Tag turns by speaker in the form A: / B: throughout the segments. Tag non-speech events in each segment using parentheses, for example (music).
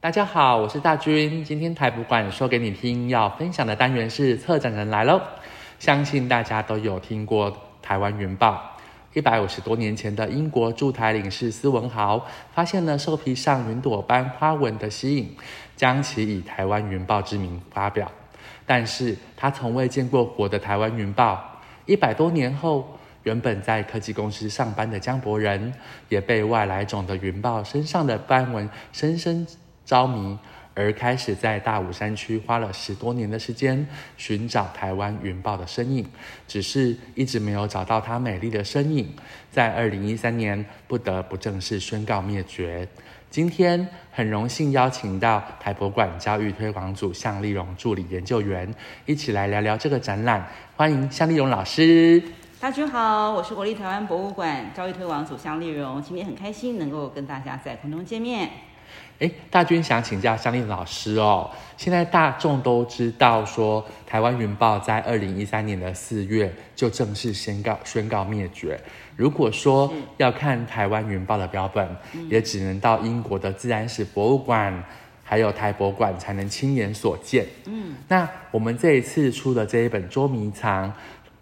A: 大家好，我是大军。今天台博馆说给你听要分享的单元是策展人来喽。相信大家都有听过台湾云豹。一百五十多年前的英国驻台领事斯文豪发现了兽皮上云朵般花纹的吸引，将其以台湾云豹之名发表。但是他从未见过活的台湾云豹。一百多年后，原本在科技公司上班的江伯仁，也被外来种的云豹身上的斑纹深深着迷，而开始在大武山区花了十多年的时间寻找台湾云豹的身影，只是一直没有找到它美丽的身影，在二零一三年不得不正式宣告灭绝。今天很荣幸邀请到台博馆教育推广组向丽蓉助理研究员，一起来聊聊这个展览。欢迎向丽蓉老师。
B: 大军好，我是国立台湾博物馆教育推广组向丽蓉，今天很开心能够跟大家在空中见面。
A: 哎，大军想请教香丽老师哦。现在大众都知道说，台湾云豹在二零一三年的四月就正式宣告宣告灭绝。如果说要看台湾云豹的标本，也只能到英国的自然史博物馆。还有台博馆才能亲眼所见。嗯，那我们这一次出的这一本《捉迷藏》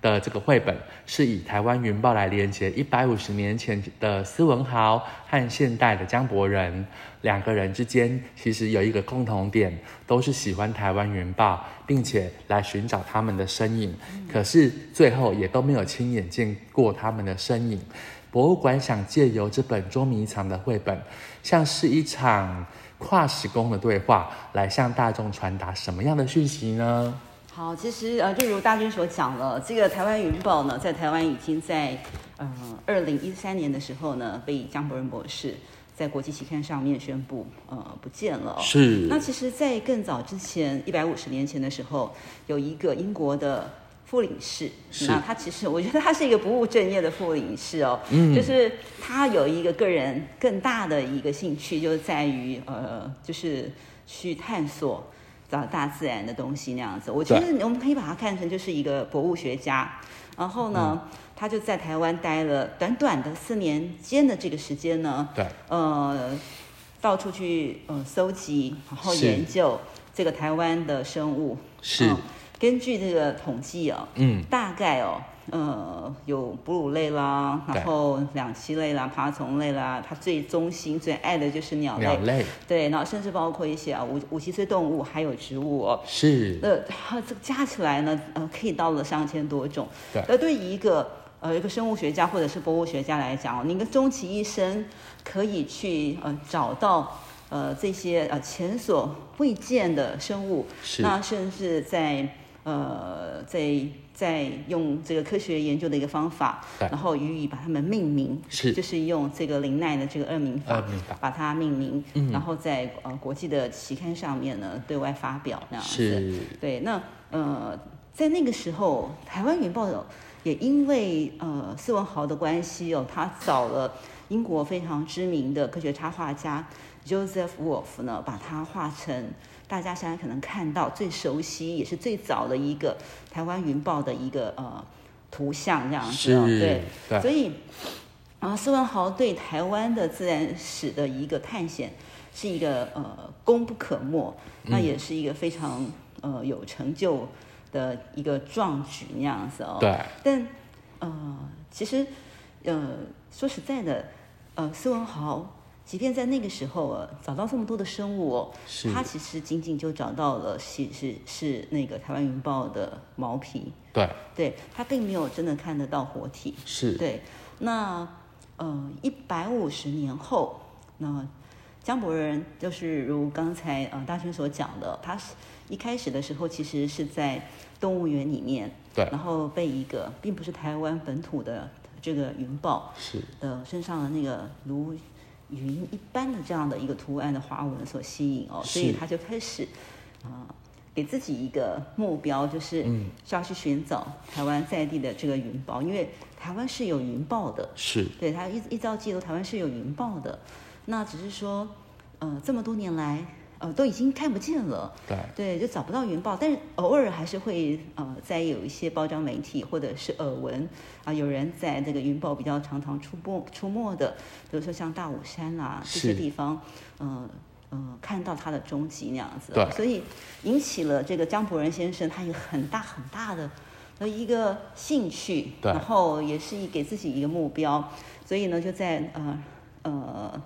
A: 的这个绘本，是以台湾云豹来连接一百五十年前的斯文豪和现代的江伯仁两个人之间，其实有一个共同点，都是喜欢台湾云豹，并且来寻找他们的身影。可是最后也都没有亲眼见过他们的身影。博物馆想借由这本捉迷藏的绘本，像是一场跨时空的对话，来向大众传达什么样的讯息呢？
B: 好，其实呃，正如大军所讲了，这个台湾云豹呢，在台湾已经在呃二零一三年的时候呢，被江伯仁博士在国际期刊上面宣布呃不见了、哦。
A: 是
B: 那其实，在更早之前，一百五十年前的时候，有一个英国的副领事，
A: 是
B: 那他其实我觉得他是一个不务正业的副领事哦，
A: 嗯
B: (laughs) 就是他有一个个人更大的一个兴趣，就在于呃，就是去探索。找大自然的东西那样子，我觉得我们可以把他看成就是一个博物学家。然后呢，
A: 嗯
B: 他就在台湾待了短短的四年间的这个时间呢，
A: 对，
B: 呃，到处去呃搜集，然后
A: 是
B: 研究这个台湾的生物。
A: 是
B: 嗯根据这个统计哦，
A: 嗯，
B: 大概哦，呃，有哺乳类啦，
A: 对
B: 然后两栖类啦，爬虫类啦，他最忠心、最爱的就是鸟类，
A: 鸟类
B: 对，然后甚至包括一些啊五五脊椎动物，还有植物哦。
A: 是，
B: 呃，它这个加起来呢，呃，可以到了上千多种。
A: 对
B: 那对于一个呃一个生物学家或者是博物学家来讲哦，你跟终其一生可以去呃找到呃这些呃前所未见的生物，
A: 是
B: 那甚至在呃在在用这个科学研究的一个方法，
A: 对
B: 然后予以把它们命名，
A: 是
B: 就是用这个林奈的这个二名法，
A: 二名法嗯
B: 把它命名，然后在呃国际的期刊上面呢对外发表那样子。
A: 是
B: 对，那呃，在那个时候，台湾云报有也因为呃斯文豪的关系哦，他找了英国非常知名的科学插画家 Joseph Wolf 呢，把它画成大家现在可能看到最熟悉也是最早的一个台湾云豹的一个呃图像这样子、哦，
A: 是
B: 对，
A: 对
B: 所以。啊，斯文豪对台湾的自然史的一个探险，是一个呃功不可没，那也是一个非常呃有成就的一个壮举那样子哦。。
A: 对，
B: 但呃，其实呃，说实在的，呃，斯文豪即便在那个时候呃找到这么多的生物哦，
A: 是
B: 他其实仅仅就找到了是是是那个台湾云豹的毛皮，
A: 对，
B: 对他并没有真的看得到活体。
A: 是
B: 哦对，那呃，一百五十年后，那江伯仁就是如刚才呃大勋所讲的，他是一开始的时候其实是在动物园里面，
A: 对，
B: 然后被一个并不是台湾本土的这个云豹
A: 是
B: 的身上的那个如云一般的这样的一个图案的花纹所吸引哦，所以
A: 是
B: 他就开始啊、给自己一个目标，就是
A: 嗯
B: 是要去寻找台湾在地的这个云豹，因为台湾是有云豹的，
A: 是
B: 对他一一照记录，台湾是有云豹的，那只是说呃这么多年来呃都已经看不见了。
A: 对，
B: 对，就找不到云豹，但是偶尔还是会呃，在有一些包装媒体或者是耳闻啊、有人在这个云豹比较常常出没出没的，比如说像大武山啦、这些
A: 是
B: 地方，呃，嗯、看到他的终极那样子、
A: 对
B: 所以引起了这个江伯仁先生他一个很大很大的呃一个兴趣，
A: 对
B: 然后也是给自己一个目标，所以呢就在呃呃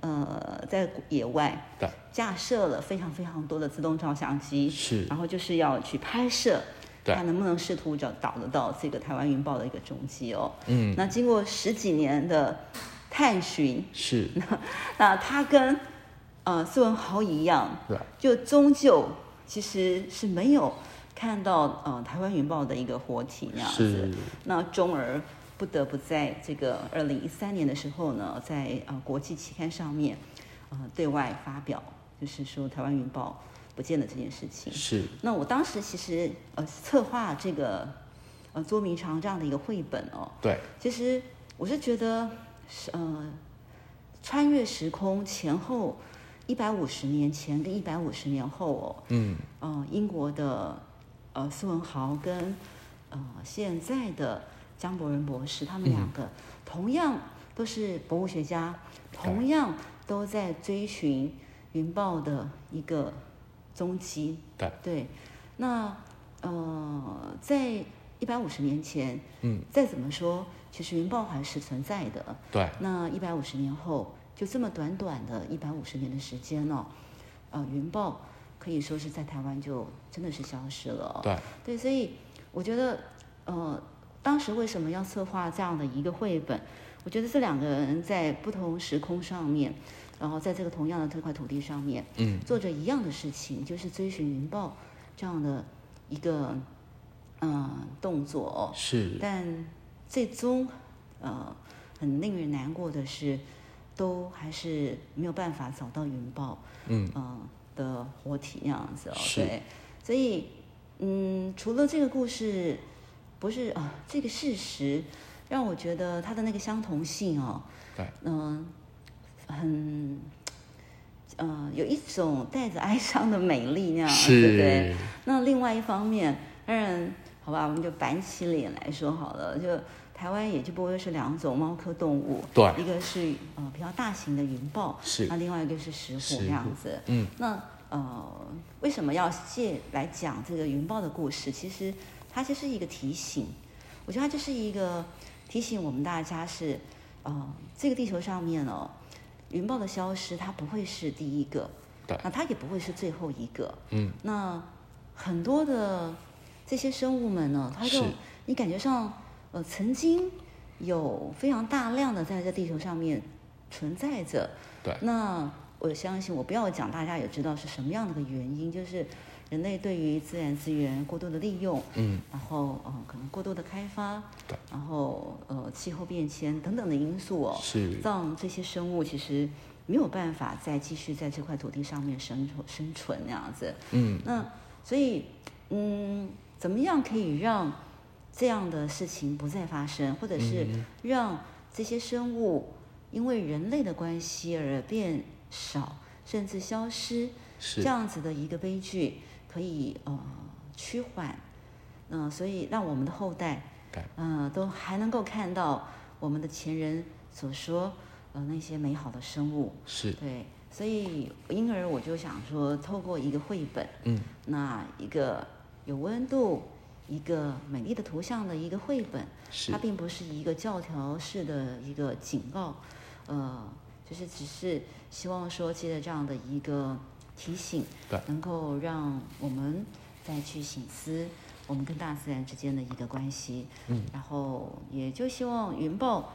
B: 呃在野外
A: 对，
B: 架设了非常非常多的自动照相机，
A: 是
B: 然后就是要去拍摄，
A: 对
B: 看能不能试图找导得到这个台湾云豹的一个踪迹哦。
A: 嗯，
B: 那经过十几年的探寻，
A: 是，
B: 那他跟呃苏文豪一样， (laughs)
A: 对，
B: 就终究其实是没有看到呃台湾云豹的一个活体那样子
A: 是，
B: 那终而不得不在这个二零一三年的时候呢，在呃国际期刊上面呃对外发表，就是说台湾云豹不见了这件事情。
A: 是，
B: 那我当时其实呃策划这个呃捉迷藏这样的一个绘本哦，
A: 对，
B: 其实我是觉得是呃穿越时空前后一百五十年前跟一百五十年后哦，
A: 嗯，
B: 呃英国的呃苏文豪跟呃现在的江伯仁博士，他们两个同样都是博物学家，同样都在追寻云豹的一个踪迹。
A: 对，
B: 对，那呃，在一百五十年前，
A: 嗯，
B: 再怎么说，其实云豹还是存在的。
A: 对，
B: 那一百五十年后，就这么短短的一百五十年的时间哦，呃，云豹可以说是在台湾就真的是消失了哦。
A: 对，
B: 对，所以我觉得，呃，当时为什么要策划这样的一个绘本？我觉得这两个人在不同时空上面，然后在这个同样的这块土地上面，
A: 嗯，
B: 做着一样的事情，就是追寻云豹这样的一个嗯、呃动作哦。
A: 是，
B: 但最终，呃，很令人难过的是，都还是没有办法找到云豹，
A: 嗯，
B: 呃的活体那样子哦。
A: 是
B: 对，所以，嗯，除了这个故事，不是啊、这个事实让我觉得它的那个相同性哦，
A: 对，
B: 嗯、很。呃，有一种带着哀伤的美丽那样，对不对？
A: 是，
B: 那另外一方面，当然，好吧，我们就板起脸来说好了，就台湾也就不会是两种猫科动物，
A: 对，
B: 一个是呃比较大型的云豹，
A: 是
B: 那另外一个是石
A: 石
B: 虎
A: 虎
B: 那样子。
A: 嗯，
B: 那呃，为什么要借来讲这个云豹的故事？其实它就是一个提醒，我觉得它就是一个呃提醒我们大家是，呃，这个地球上面哦，云豹的消失，它不会是第一个，
A: 对
B: 那它也不会是最后一个，
A: 嗯，
B: 那很多的这些生物们呢，它就是你感觉上，呃，曾经有非常大量的在这地球上面存在着。
A: 对，
B: 那我相信，我不要讲，大家也知道是什么样的一个原因，就是人类对于自然资源过度的利用，
A: 嗯，
B: 然后嗯、呃可能过度的开发
A: 对，
B: 然后呃，气候变迁等等的因素哦，
A: 是，
B: 让这些生物其实没有办法再继续在这块土地上面生存生存那样子。
A: 嗯，
B: 那所以，嗯，怎么样可以让这样的事情不再发生，或者是让这些生物因为人类的关系而变少，甚至消失？
A: 是，
B: 这样子的一个悲剧可以呃趋缓，嗯、所以让我们的后代
A: 对，
B: 嗯、都还能够看到我们的前人所说呃那些美好的生物，
A: 是，
B: 对，所以因而我就想说，透过一个绘本，
A: 嗯，
B: 那一个有温度、一个美丽的图像的一个绘本，
A: 是
B: 它，并不是一个教条式的一个警告，呃，就是只是希望说借着这样的一个提醒，
A: 对
B: 能够让我们再去醒思我们跟大自然之间的一个关系，嗯，然后也就希望云豹，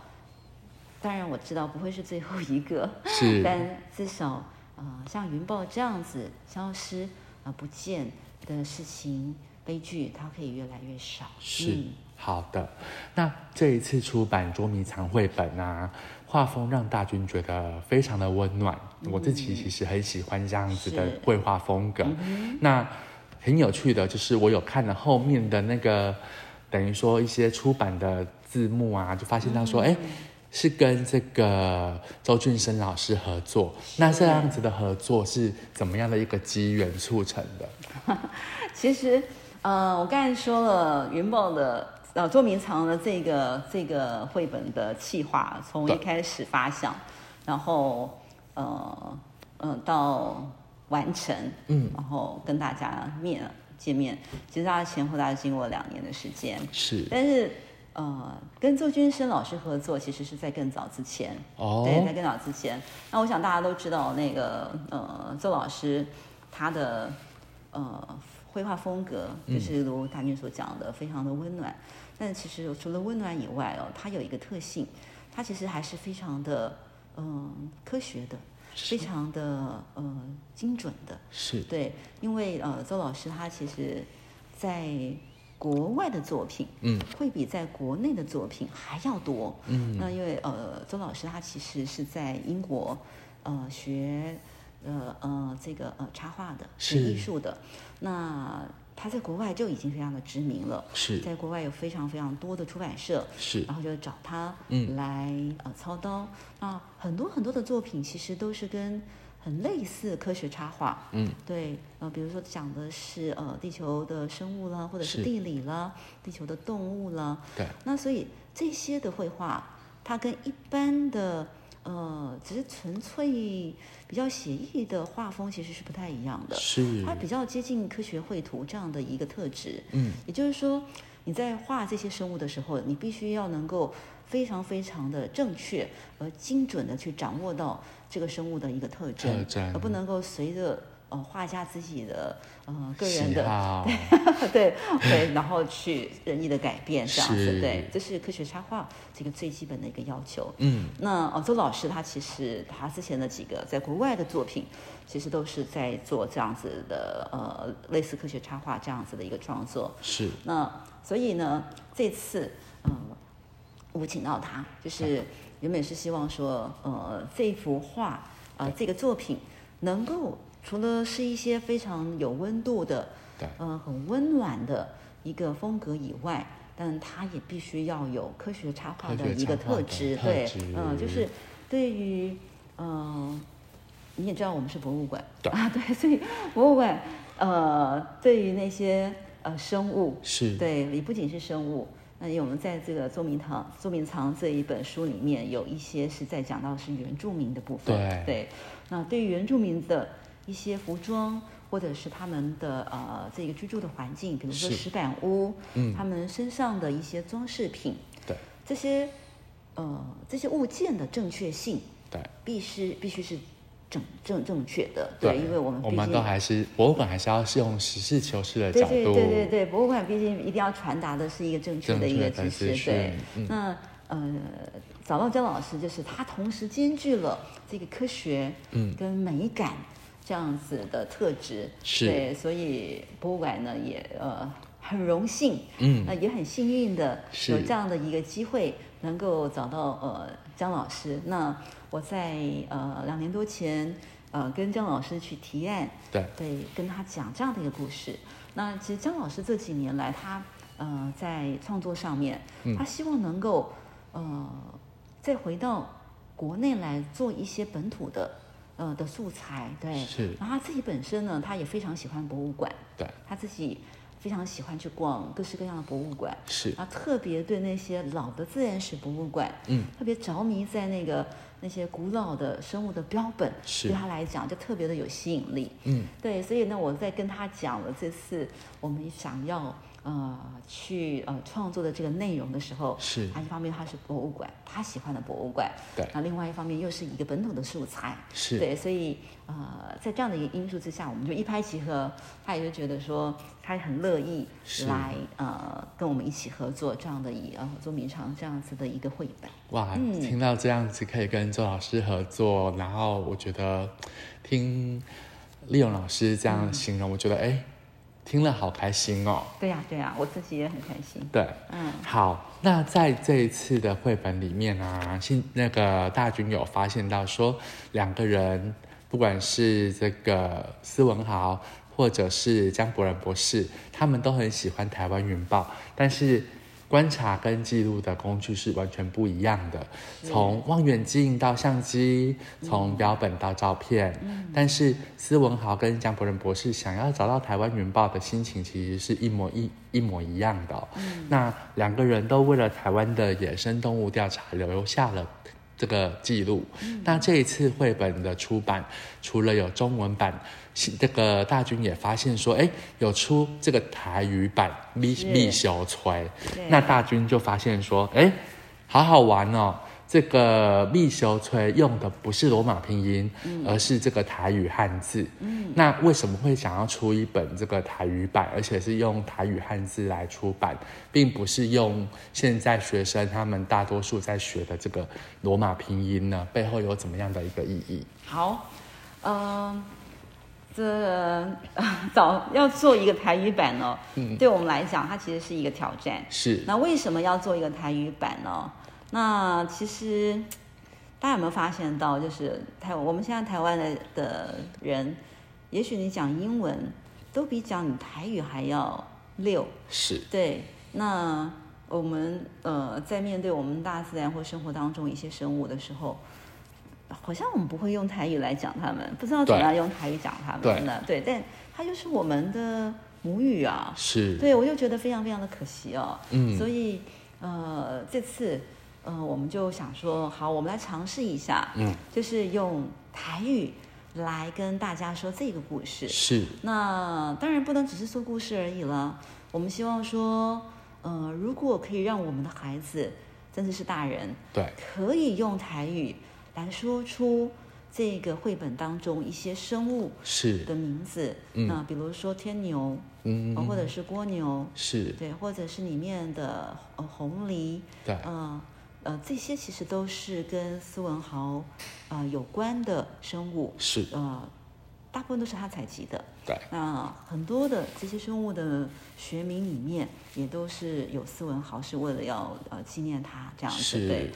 B: 当然我知道不会是最后一个， (laughs)
A: 是，
B: 但至少呃，像云豹这样子消失啊、呃不见的事情悲剧，它可以越来越少，
A: 是
B: 嗯
A: 好的，那这一次出版《捉迷藏》绘本啊，画风让大军觉得非常的温暖。我自己其实很喜欢这样子的
B: 嗯是嗯
A: 绘画风格。那很有趣的就是，我有看了后面的那个，等于说一些出版的字幕啊，就发现到
B: 嗯
A: 说，哎、是跟这个周俊生老师合作。那这样子的合作是怎么样的一个机缘促成的？
B: 其实，呃，我刚才说了云豹的呃捉迷藏的这个这个绘本的企划，从
A: 对
B: 一开始发想，然后呃呃到完成，嗯，然后跟大家面见面，其实他前后大概经过两年的时间，
A: 是
B: 但是呃，跟邹君生老师合作，其实是在更早之前。
A: 哦
B: 对，在更早之前。那我想大家都知道，那个呃，邹老师他的呃绘画风格，就是如大军所讲的，非常的温暖。但是其实除了温暖以外哦，它有一个特性，它其实还是非常的嗯、科学的，非常的呃精准的。
A: 是
B: 对，因为呃，邹老师他其实在国外的作品，
A: 嗯，
B: 会比在国内的作品还要多，嗯。那因为呃，邹老师他其实是在英国，呃，学呃呃这个呃插画的，学
A: 是
B: 艺术的，那。他在国外就已经非常的知名了，
A: 是
B: 在国外有非常非常多的出版社，
A: 是
B: 然后就找他
A: 嗯
B: 来、呃操刀。那很多很多的作品其实都是跟很类似的科学插画，
A: 嗯，
B: 对，呃，比如说讲的是呃地球的生物啦，或者
A: 是
B: 是地理啦，地球的动物啦，
A: 对，
B: 那所以这些的绘画，它跟一般的呃只是纯粹比较写意的画风其实是不太一样的，
A: 是
B: 它比较接近科学绘图这样的一个特质。
A: 嗯，
B: 也就是说，你在画这些生物的时候，你必须要能够非常非常的正确而精准的去掌握到这个生物的一个特征，
A: 特征
B: 而不能够随着呃画家自己的呃个人
A: 喜
B: 的
A: 好
B: (laughs) 对对，然后去任意的改变这样
A: 是
B: 子，对，这是科学插画这个最基本的一个要求。
A: 嗯，
B: 那哦，周老师他其实他之前的几个在国外的作品，其实都是在做这样子的呃类似科学插画这样子的一个创作。
A: 是
B: 那所以呢，这次嗯、我请到他，
A: 哎
B: 就是原本是希望说，呃，这幅画，呃，这个作品能够除了是一些非常有温度的，
A: 对
B: 呃，很温暖的一个风格以外，但它也必须要有科学插画的
A: 科学
B: 一个
A: 插画
B: 特
A: 的
B: 质，
A: 特
B: 对
A: 质，
B: 嗯、就是对于，嗯、你也知道我们是博物馆，
A: 对
B: 啊，对，所以博物馆，呃，对于那些呃生物，
A: 是，
B: 对，也不仅是生物。那因为我们在这个《周明堂周明堂》这一本书里面，有一些是在讲到是原住民的部分。
A: 对
B: 那对于原住民的一些服装，或者是他们的呃这个居住的环境，比如说
A: 是
B: 石板屋，
A: 嗯
B: 他们身上的一些装饰品，
A: 对
B: 这些呃这些物件的正确性，
A: 对
B: 必须必须是正正正确的。因为我们
A: 我
B: 毕
A: 们
B: 竟
A: 都还是博物馆，还是要是用实事求是的
B: 对
A: 角
B: 对
A: 度，
B: 对对对，博物馆毕竟一定要传达的是一个正确的一个
A: 正确的
B: 知
A: 资
B: 识，
A: 讯
B: 对。
A: 嗯
B: 那呃，找到姜老师，就是他同时兼具了这个科学
A: 嗯
B: 跟美感。这样子的特质
A: 是
B: 对，所以博物馆呢也呃很荣幸，
A: 嗯
B: 那也很幸运的
A: 是
B: 有这样的一个机会，能够找到呃姜老师。那我在呃两年多前呃跟姜老师去提案，
A: 对
B: 对，跟他讲这样的一个故事。那其实姜老师这几年来，他呃在创作上面，
A: 嗯
B: 他希望能够呃再回到国内来做一些本土的呃的素材，对。
A: 是
B: 然后他自己本身呢，他也非常喜欢博物馆，
A: 对
B: 他自己非常喜欢去逛各式各样的博物馆，
A: 是
B: 他特别对那些老的自然史博物馆，
A: 嗯，
B: 特别着迷在那个那些古老的生物的标本，
A: 是
B: 对他来讲就特别的有吸引力，
A: 嗯，
B: 对，所以呢，我在跟他讲了这次我们想要呃去呃创作的这个内容的时候，啊
A: 是
B: 他一方面他是博物馆，他喜欢的博物馆，
A: 对
B: 那另外一方面又是一个本土的素材，
A: 是
B: 对，所以呃，在这样的一个因素之下，我们就一拍即合。他也就觉得说，他也很乐意
A: 是
B: 来呃跟我们一起合作这样的一呃做米长这样子的一个绘本。
A: 哇，
B: 嗯
A: 听到这样子可以跟周老师合作，然后我觉得听丽勇老师这
B: 嗯
A: 样形容，我觉得哎、听了好开心哦。
B: 对呀、对呀、我自己也很开心。
A: 对，
B: 嗯，
A: 好，那在这一次的绘本里面啊，信那个大军有发现到说，两个人不管是这个斯文豪或者是江伯仁博士，他们都很喜欢台湾云豹，但是。观察跟记录的工具是完全不一样的，从望远镜到相机，从标本到照片。但是斯文豪跟江伯仁博士想要找到台湾云豹的心情，其实是一模一一模一样的哦、那两个人都为了台湾的野生动物调查留下了这个记录。那这一次绘本的出版，除了有中文版，是这个大军也发现说，哎，有出这个台语版《密
B: 是
A: 密修吹》
B: 对，
A: 那大军就发现说，哎，好好玩哦。这个密修吹用的不是罗马拼音，
B: 嗯
A: 而是这个台语汉字。那为什么会想要出一本这个台语版，而且是用台语汉字来出版，并不是用现在学生他们大多数在学的这个罗马拼音呢？背后有怎么样的一个意义？
B: 好，嗯，这呃早要做一个台语版呢、对我们来讲，它其实是一个挑战。
A: 是
B: 那为什么要做一个台语版呢？那其实大家有没有发现到，就是台我们现在台湾的的人，也许你讲英文都比讲你台语还要溜。
A: 是，
B: 对，那我们呃在面对我们大自然或生活当中一些生物的时候。好像我们不会用台语来讲他们，不知道怎么样用台语讲他
A: 对
B: 们呢？对，但它就是我们的母语啊。
A: 是
B: 对，我就觉得非常非常的可惜哦。
A: 嗯
B: 所以呃，这次呃，我们就想说，好，我们来尝试一下，
A: 嗯，
B: 就是用台语来跟大家说这个故事。
A: 是
B: 那当然不能只是说故事而已了，我们希望说，呃，如果可以让我们的孩子，甚至是大人，
A: 对，
B: 可以用台语来说出这个绘本当中一些生物
A: 是
B: 的名字，
A: 嗯
B: 那比如说天牛，
A: 嗯
B: 呃或者是蜗牛，
A: 是
B: 对，或者是里面的呃红梨，
A: 对
B: 呃呃，这些其实都是跟苏文豪呃有关的生物，
A: 是，
B: 呃，大部分都是他采集的。
A: 对
B: 那很多的这些生物的学名里面，也都是有斯文豪是为了要呃纪念他这样子。
A: 是
B: 对，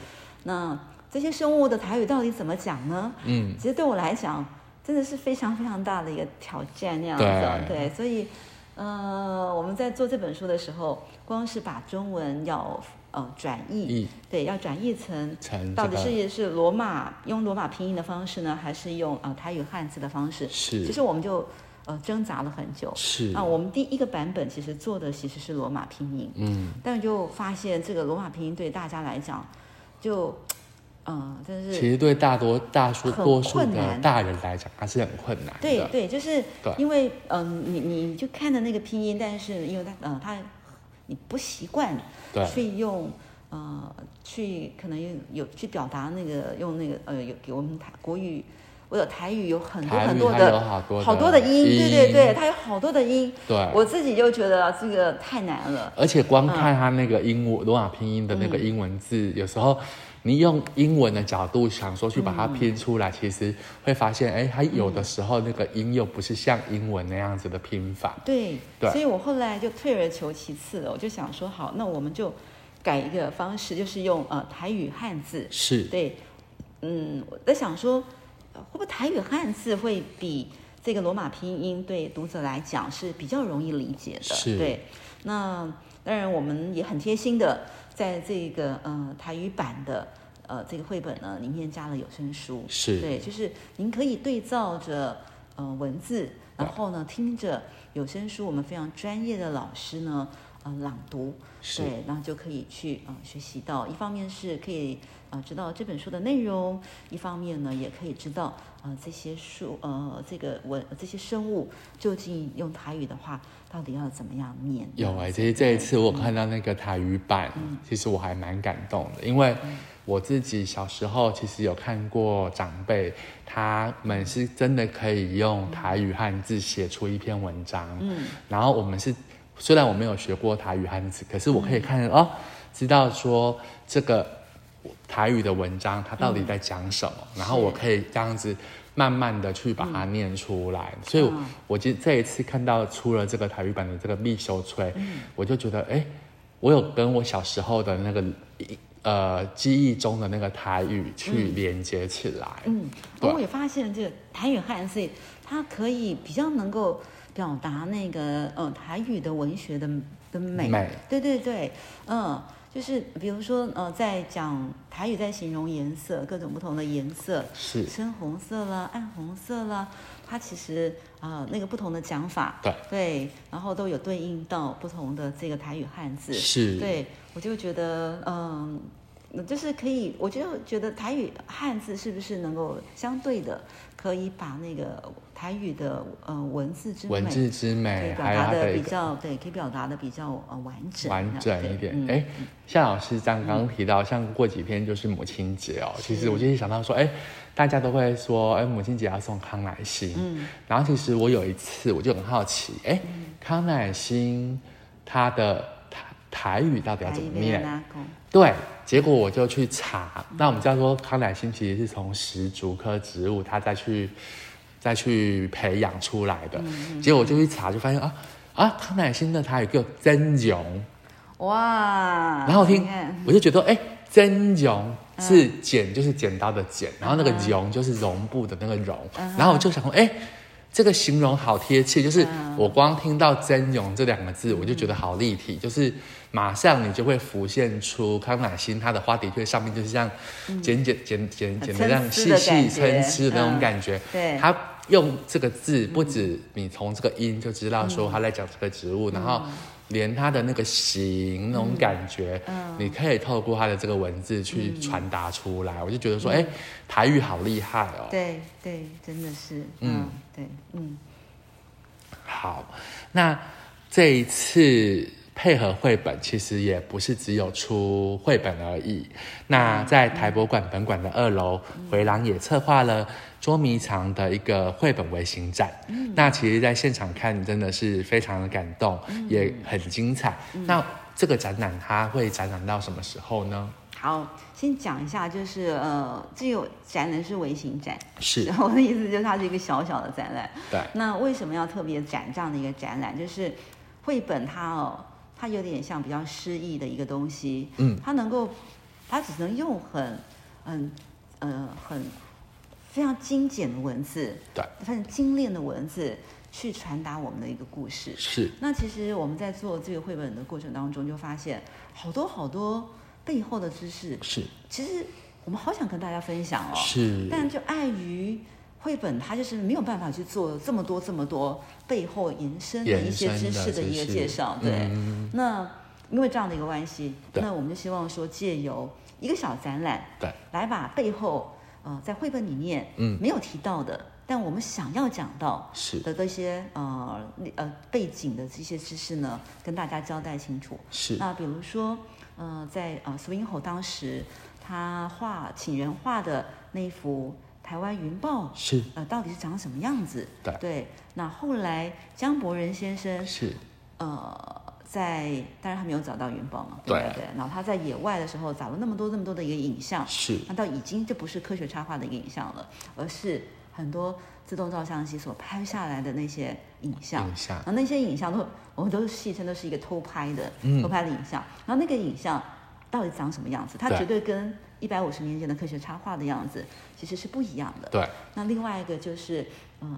B: 那这些生物的台语到底怎么讲呢？
A: 嗯
B: 其实对我来讲，真的是非常非常大的一个挑战那样子哦。
A: 对
B: 对，所以呃，我们在做这本书的时候，光是把中文要呃转译，
A: 一
B: 对，要转译成
A: 成
B: 到
A: 这
B: 底是
A: 个
B: 也是罗马用罗马拼音的方式呢，还是用呃台语汉字的方式？其
A: 是
B: 实我们就呃挣扎了很久。
A: 是
B: 啊，我们第一个版本其实做的其实是罗马拼音，
A: 嗯
B: 但就发现这个罗马拼音对大家来讲，就，呃，真是
A: 其实对大多大数
B: 很
A: 多数
B: 困
A: 的
B: 难
A: 大人来讲，还是很困难的。
B: 对对，就是
A: 对
B: 因为嗯、呃你你就看的那个拼音，但是因为它呃，它你不习惯
A: 对
B: 去用呃去可能有有去表达那个用那个呃有给我们台国语，我有台语有很多
A: 台
B: 很
A: 语
B: 多
A: 它有
B: 的
A: 好多的
B: 好多的音，对对
A: 音
B: 对，它有好多的音，
A: 对，
B: 我嗯自己就觉得这个太难了。
A: 而且光看他那个英文罗马拼音的那
B: 嗯
A: 个英文字，有时候你用英文的角度想说去把
B: 嗯
A: 它拼出来，其实会发现，哎，它有的时候那个音又不是像英文那样子的拼法，
B: 对，
A: 对
B: 所以我后来就退而求其次了，我就想说好，那我们就改一个方式，就是用呃台语汉字，
A: 是
B: 对，嗯，我在想说，呃会不会台语汉字会比这个罗马拼音对读者来讲是比较容易理解的？
A: 是
B: 对。那当然，我们也很贴心的，在这个呃台语版的呃这个绘本呢里面加了有声书，
A: 是
B: 对，就是您可以对照着呃文字，然后呢听着有声书，我们非常专业的老师呢呃朗读，
A: 是
B: 对，然后就可以去呃学习到，一方面是可以呃知道这本书的内容，一方面呢也可以知道呃这些书呃这个文这些生物究竟用台语的话到底要怎么样念？
A: 有哎、其实这一次我看到那个台语版，其实我还蛮感动的，因为我自己小时候其实有看过长辈，他们是真的可以用台语汉字写出一篇文章。嗯，然后我们是虽然我没有学过台语汉字，可是我可以看、哦，知道说这个台语的文章它到底在讲什么，然后我可以这样子慢慢的去把它念出来。
B: 嗯
A: 所以我，我今这一次看到出了这个台语版的这个《密修吹》
B: 嗯
A: 我就觉得，哎、我有跟我小时候的那个呃记忆中的那个台语去连接起来。
B: 嗯，
A: 对
B: 我也发现这个台语汉字，它可以比较能够表达那个呃台语的文学的的美。
A: 美
B: 对对对，嗯，就是比如说呃，在讲台语在形容颜色，各种不同的颜色，
A: 是
B: 深红色啦、暗红色啦，它其实啊、呃那个不同的讲法，
A: 对
B: 对，然后都有对应到不同的这个台语汉字。
A: 是，
B: 对，我就觉得，嗯、就是可以，我就觉得台语汉字是不是能够相对的，可以把那个台语的呃文字之美，
A: 文字之
B: 可以
A: 美，
B: 表
A: 还有
B: 达
A: 它
B: 的
A: 的一
B: 比
A: 个
B: 较对，可以表达的比较呃完整，
A: 完整一点
B: 对。嗯
A: 哎、夏老师刚刚提到，像过几天就是母亲节哦，其实我就是想到说，哎、大家都会说，哎、母亲节要送康乃馨。嗯，然后其实我有一次我就很好奇，哎、康乃馨它的台台语到底要
B: 来
A: 怎么
B: 一
A: 念啊
B: 边？拉弓，
A: 对，结果我就去查，那我们知道说康乃馨其实是从石竹科植物，它再去再去培养出来的。结果我就去查，就发现啊啊，康乃馨的它有个真容，
B: 哇！
A: 然后我听
B: 你啊看嗯
A: 我就觉得哎，真容是剪就是剪刀的剪，然后那个绒就是绒布的那个绒，
B: 嗯
A: 然后我就想说哎。这个形容好贴切，就是
B: 嗯
A: 我光听到“真容”这两个字，我就觉得好立体，就是马上你就会浮现出康乃馨它的花的确上面就是像剪剪剪剪剪的这样
B: 嗯很
A: 细
B: 参差的
A: 细
B: 感觉
A: 参差的那种感觉。
B: 对
A: 它用这个字，不止你从这个音就知道说他在讲这个植物，然后连它的那个形那种感觉，你可以透过它的这个文字去传达出来。我就觉得说，哎，台语好厉害哦。
B: 对对，真的是，
A: 嗯
B: 嗯，对，嗯，
A: 好，那这一次配合绘本，其实也不是只有出绘本而已。那在台博馆本馆的二楼
B: 嗯
A: 回廊也策划了捉迷藏的一个绘本微型展。
B: 嗯
A: 那其实，在现场看真的是非常的感动，
B: 嗯
A: 也很精彩。那这个展览它会展览到什么时候呢？
B: 好，先讲一下，就是呃，这个展览是微型展，
A: 是
B: 我的意思就是啊它是一个小小的展览。
A: 对，
B: 那为什么要特别展这样的一个展览？就是绘本它哦，它有点像比较诗意的一个东西，
A: 嗯，
B: 它能够，它只能用很，嗯，呃，很非常精简的文字，
A: 对，
B: 非常精炼的文字去传达我们的一个故事。
A: 是，
B: 那其实我们在做这个绘本的过程当中，就发现好多好多背后的知识，
A: 是，
B: 其实我们好想跟大家分享哦，
A: 是，
B: 但就碍于绘本，它就是没有办法去做这么多这么多背后延伸的一些
A: 延伸
B: 知
A: 的
B: 识的一个
A: 知识
B: 介绍。对，
A: 嗯
B: 那因为这样的一个关系，
A: 对
B: 那我们就希望说借由一个小展览，
A: 对，
B: 来把背后呃在绘本里面
A: 嗯
B: 没有提到的，但我们想要讲到
A: 是，
B: 的这些呃呃背景的这些知识呢，跟大家交代清楚。
A: 是，
B: 那比如说，呃，在呃苏英侯当时他画请人画的那一幅台湾云豹，
A: 是，
B: 呃，到底是长什么样子？
A: 对
B: 那后来江伯仁先生，
A: 是，
B: 呃，在当然他没有找到云豹嘛，
A: 对
B: 对不对。然后他在野外的时候找了那么多那么多的一个影像，
A: 是，
B: 那到已经这不是科学插画的一个影像了，而是很多自动照相机所拍下来的那些影像。
A: 影像
B: 然后那些影像都，我们都戏称都是一个偷拍的，
A: 嗯
B: 偷拍的影像。然后那个影像到底长什么样子？它
A: 对
B: 绝对跟一百五十年前的科学插画的样子其实是不一样的。
A: 对，
B: 那另外一个就是，呃，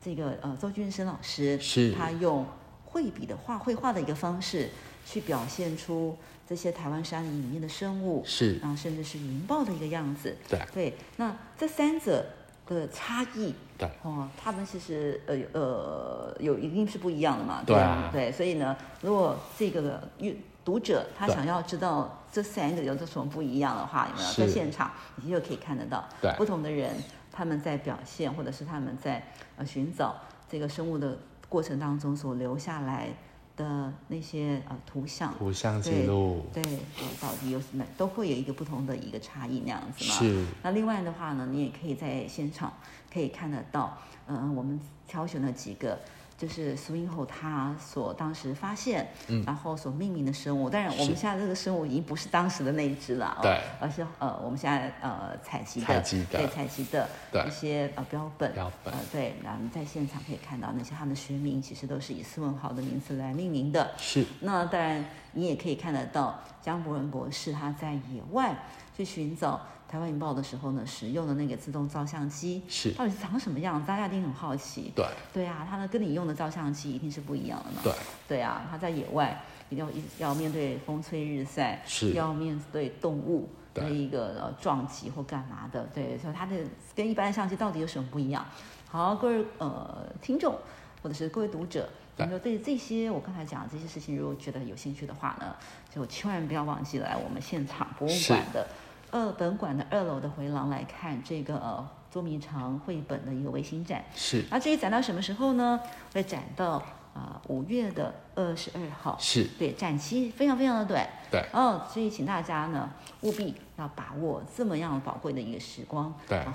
B: 这个呃，邹俊生老师
A: 是
B: 他用绘笔的画绘画的一个方式去表现出这些台湾山林里面的生物，
A: 是，
B: 然后甚至是云豹的一个样子。
A: 对，
B: 对，那这三者的差异，
A: 对，
B: 哦，他们其实呃有呃有一定是不一样的嘛，
A: 对啊
B: 对，所以呢，如果这个阅读者他
A: 对
B: 想要知道这三个有什么不一样的话，有没有
A: 是
B: 在现场你就可以看得到，
A: 对
B: 不同的人他们在表现或者是他们在呃寻找这个生物的过程当中所留下来的那些呃图像，
A: 图像记
B: 对
A: 录，
B: 对，呃到底有什么都会有一个不同的一个差异那样子嘛。
A: 是，
B: 那另外的话呢，你也可以在现场可以看得到，嗯、我们挑选了几个。就是苏英后他所当时发现，
A: 嗯
B: 然后所命名的生物，当然我们
A: 是
B: 现在这个生物已经不是当时的那一只了，哦
A: 对，
B: 而是呃我们现在呃采集的，
A: 采集的
B: 对采集的
A: 对
B: 一些呃标本，
A: 标本
B: 呃对，然后你在现场可以看到那些它们的学名其实都是以斯文豪的名字来命名的，
A: 是，
B: 那当然，你也可以看得到江伯伦博士他在野外去寻找台湾云豹的时候呢，使用的那个自动照相机
A: 是，
B: 到底是长什么样子，大家一定很好奇。
A: 对，
B: 对啊，它呢跟你用的照相机一定是不一样的嘛。
A: 对，
B: 对啊，他在野外一定要一要面对风吹日晒，
A: 是
B: 要面对动物
A: 对
B: 的一个呃撞击或干嘛的，对，所以它的跟一般的相机到底有什么不一样？好，各位呃听众或者是各位读者，
A: 对
B: 你们对这些我刚才讲的这些事情，如果觉得有兴趣的话呢，就千万不要忘记来我们现场博物
A: 是
B: 馆的二本馆的二楼的回廊来看这个呃捉迷藏绘本的一个微型展。
A: 是
B: 那至于展到什么时候呢？会展到啊五、月的二十二号。
A: 是，
B: 对，展期非常非常的短。
A: 对
B: 哦，所以请大家呢务必要把握这么样宝贵的一个时光。
A: 对
B: 啊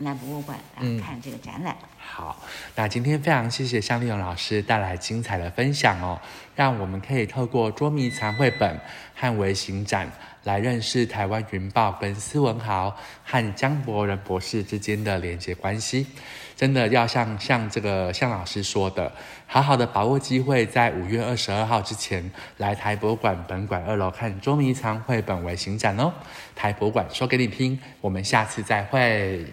B: 来博物馆
A: 嗯
B: 来看这个展览。
A: 好，那今天非常谢谢向丽蓉老师带来精彩的分享哦，让我们可以透过捉迷藏绘本和微型展来认识台湾云豹跟斯文豪和江伯仁博士之间的连接关系。真的要像像这个向老师说的，好好的把握机会，在五月二十二号之前来台博馆本馆二楼看捉迷藏绘本微型展哦。台博馆说给你听，我们下次再会。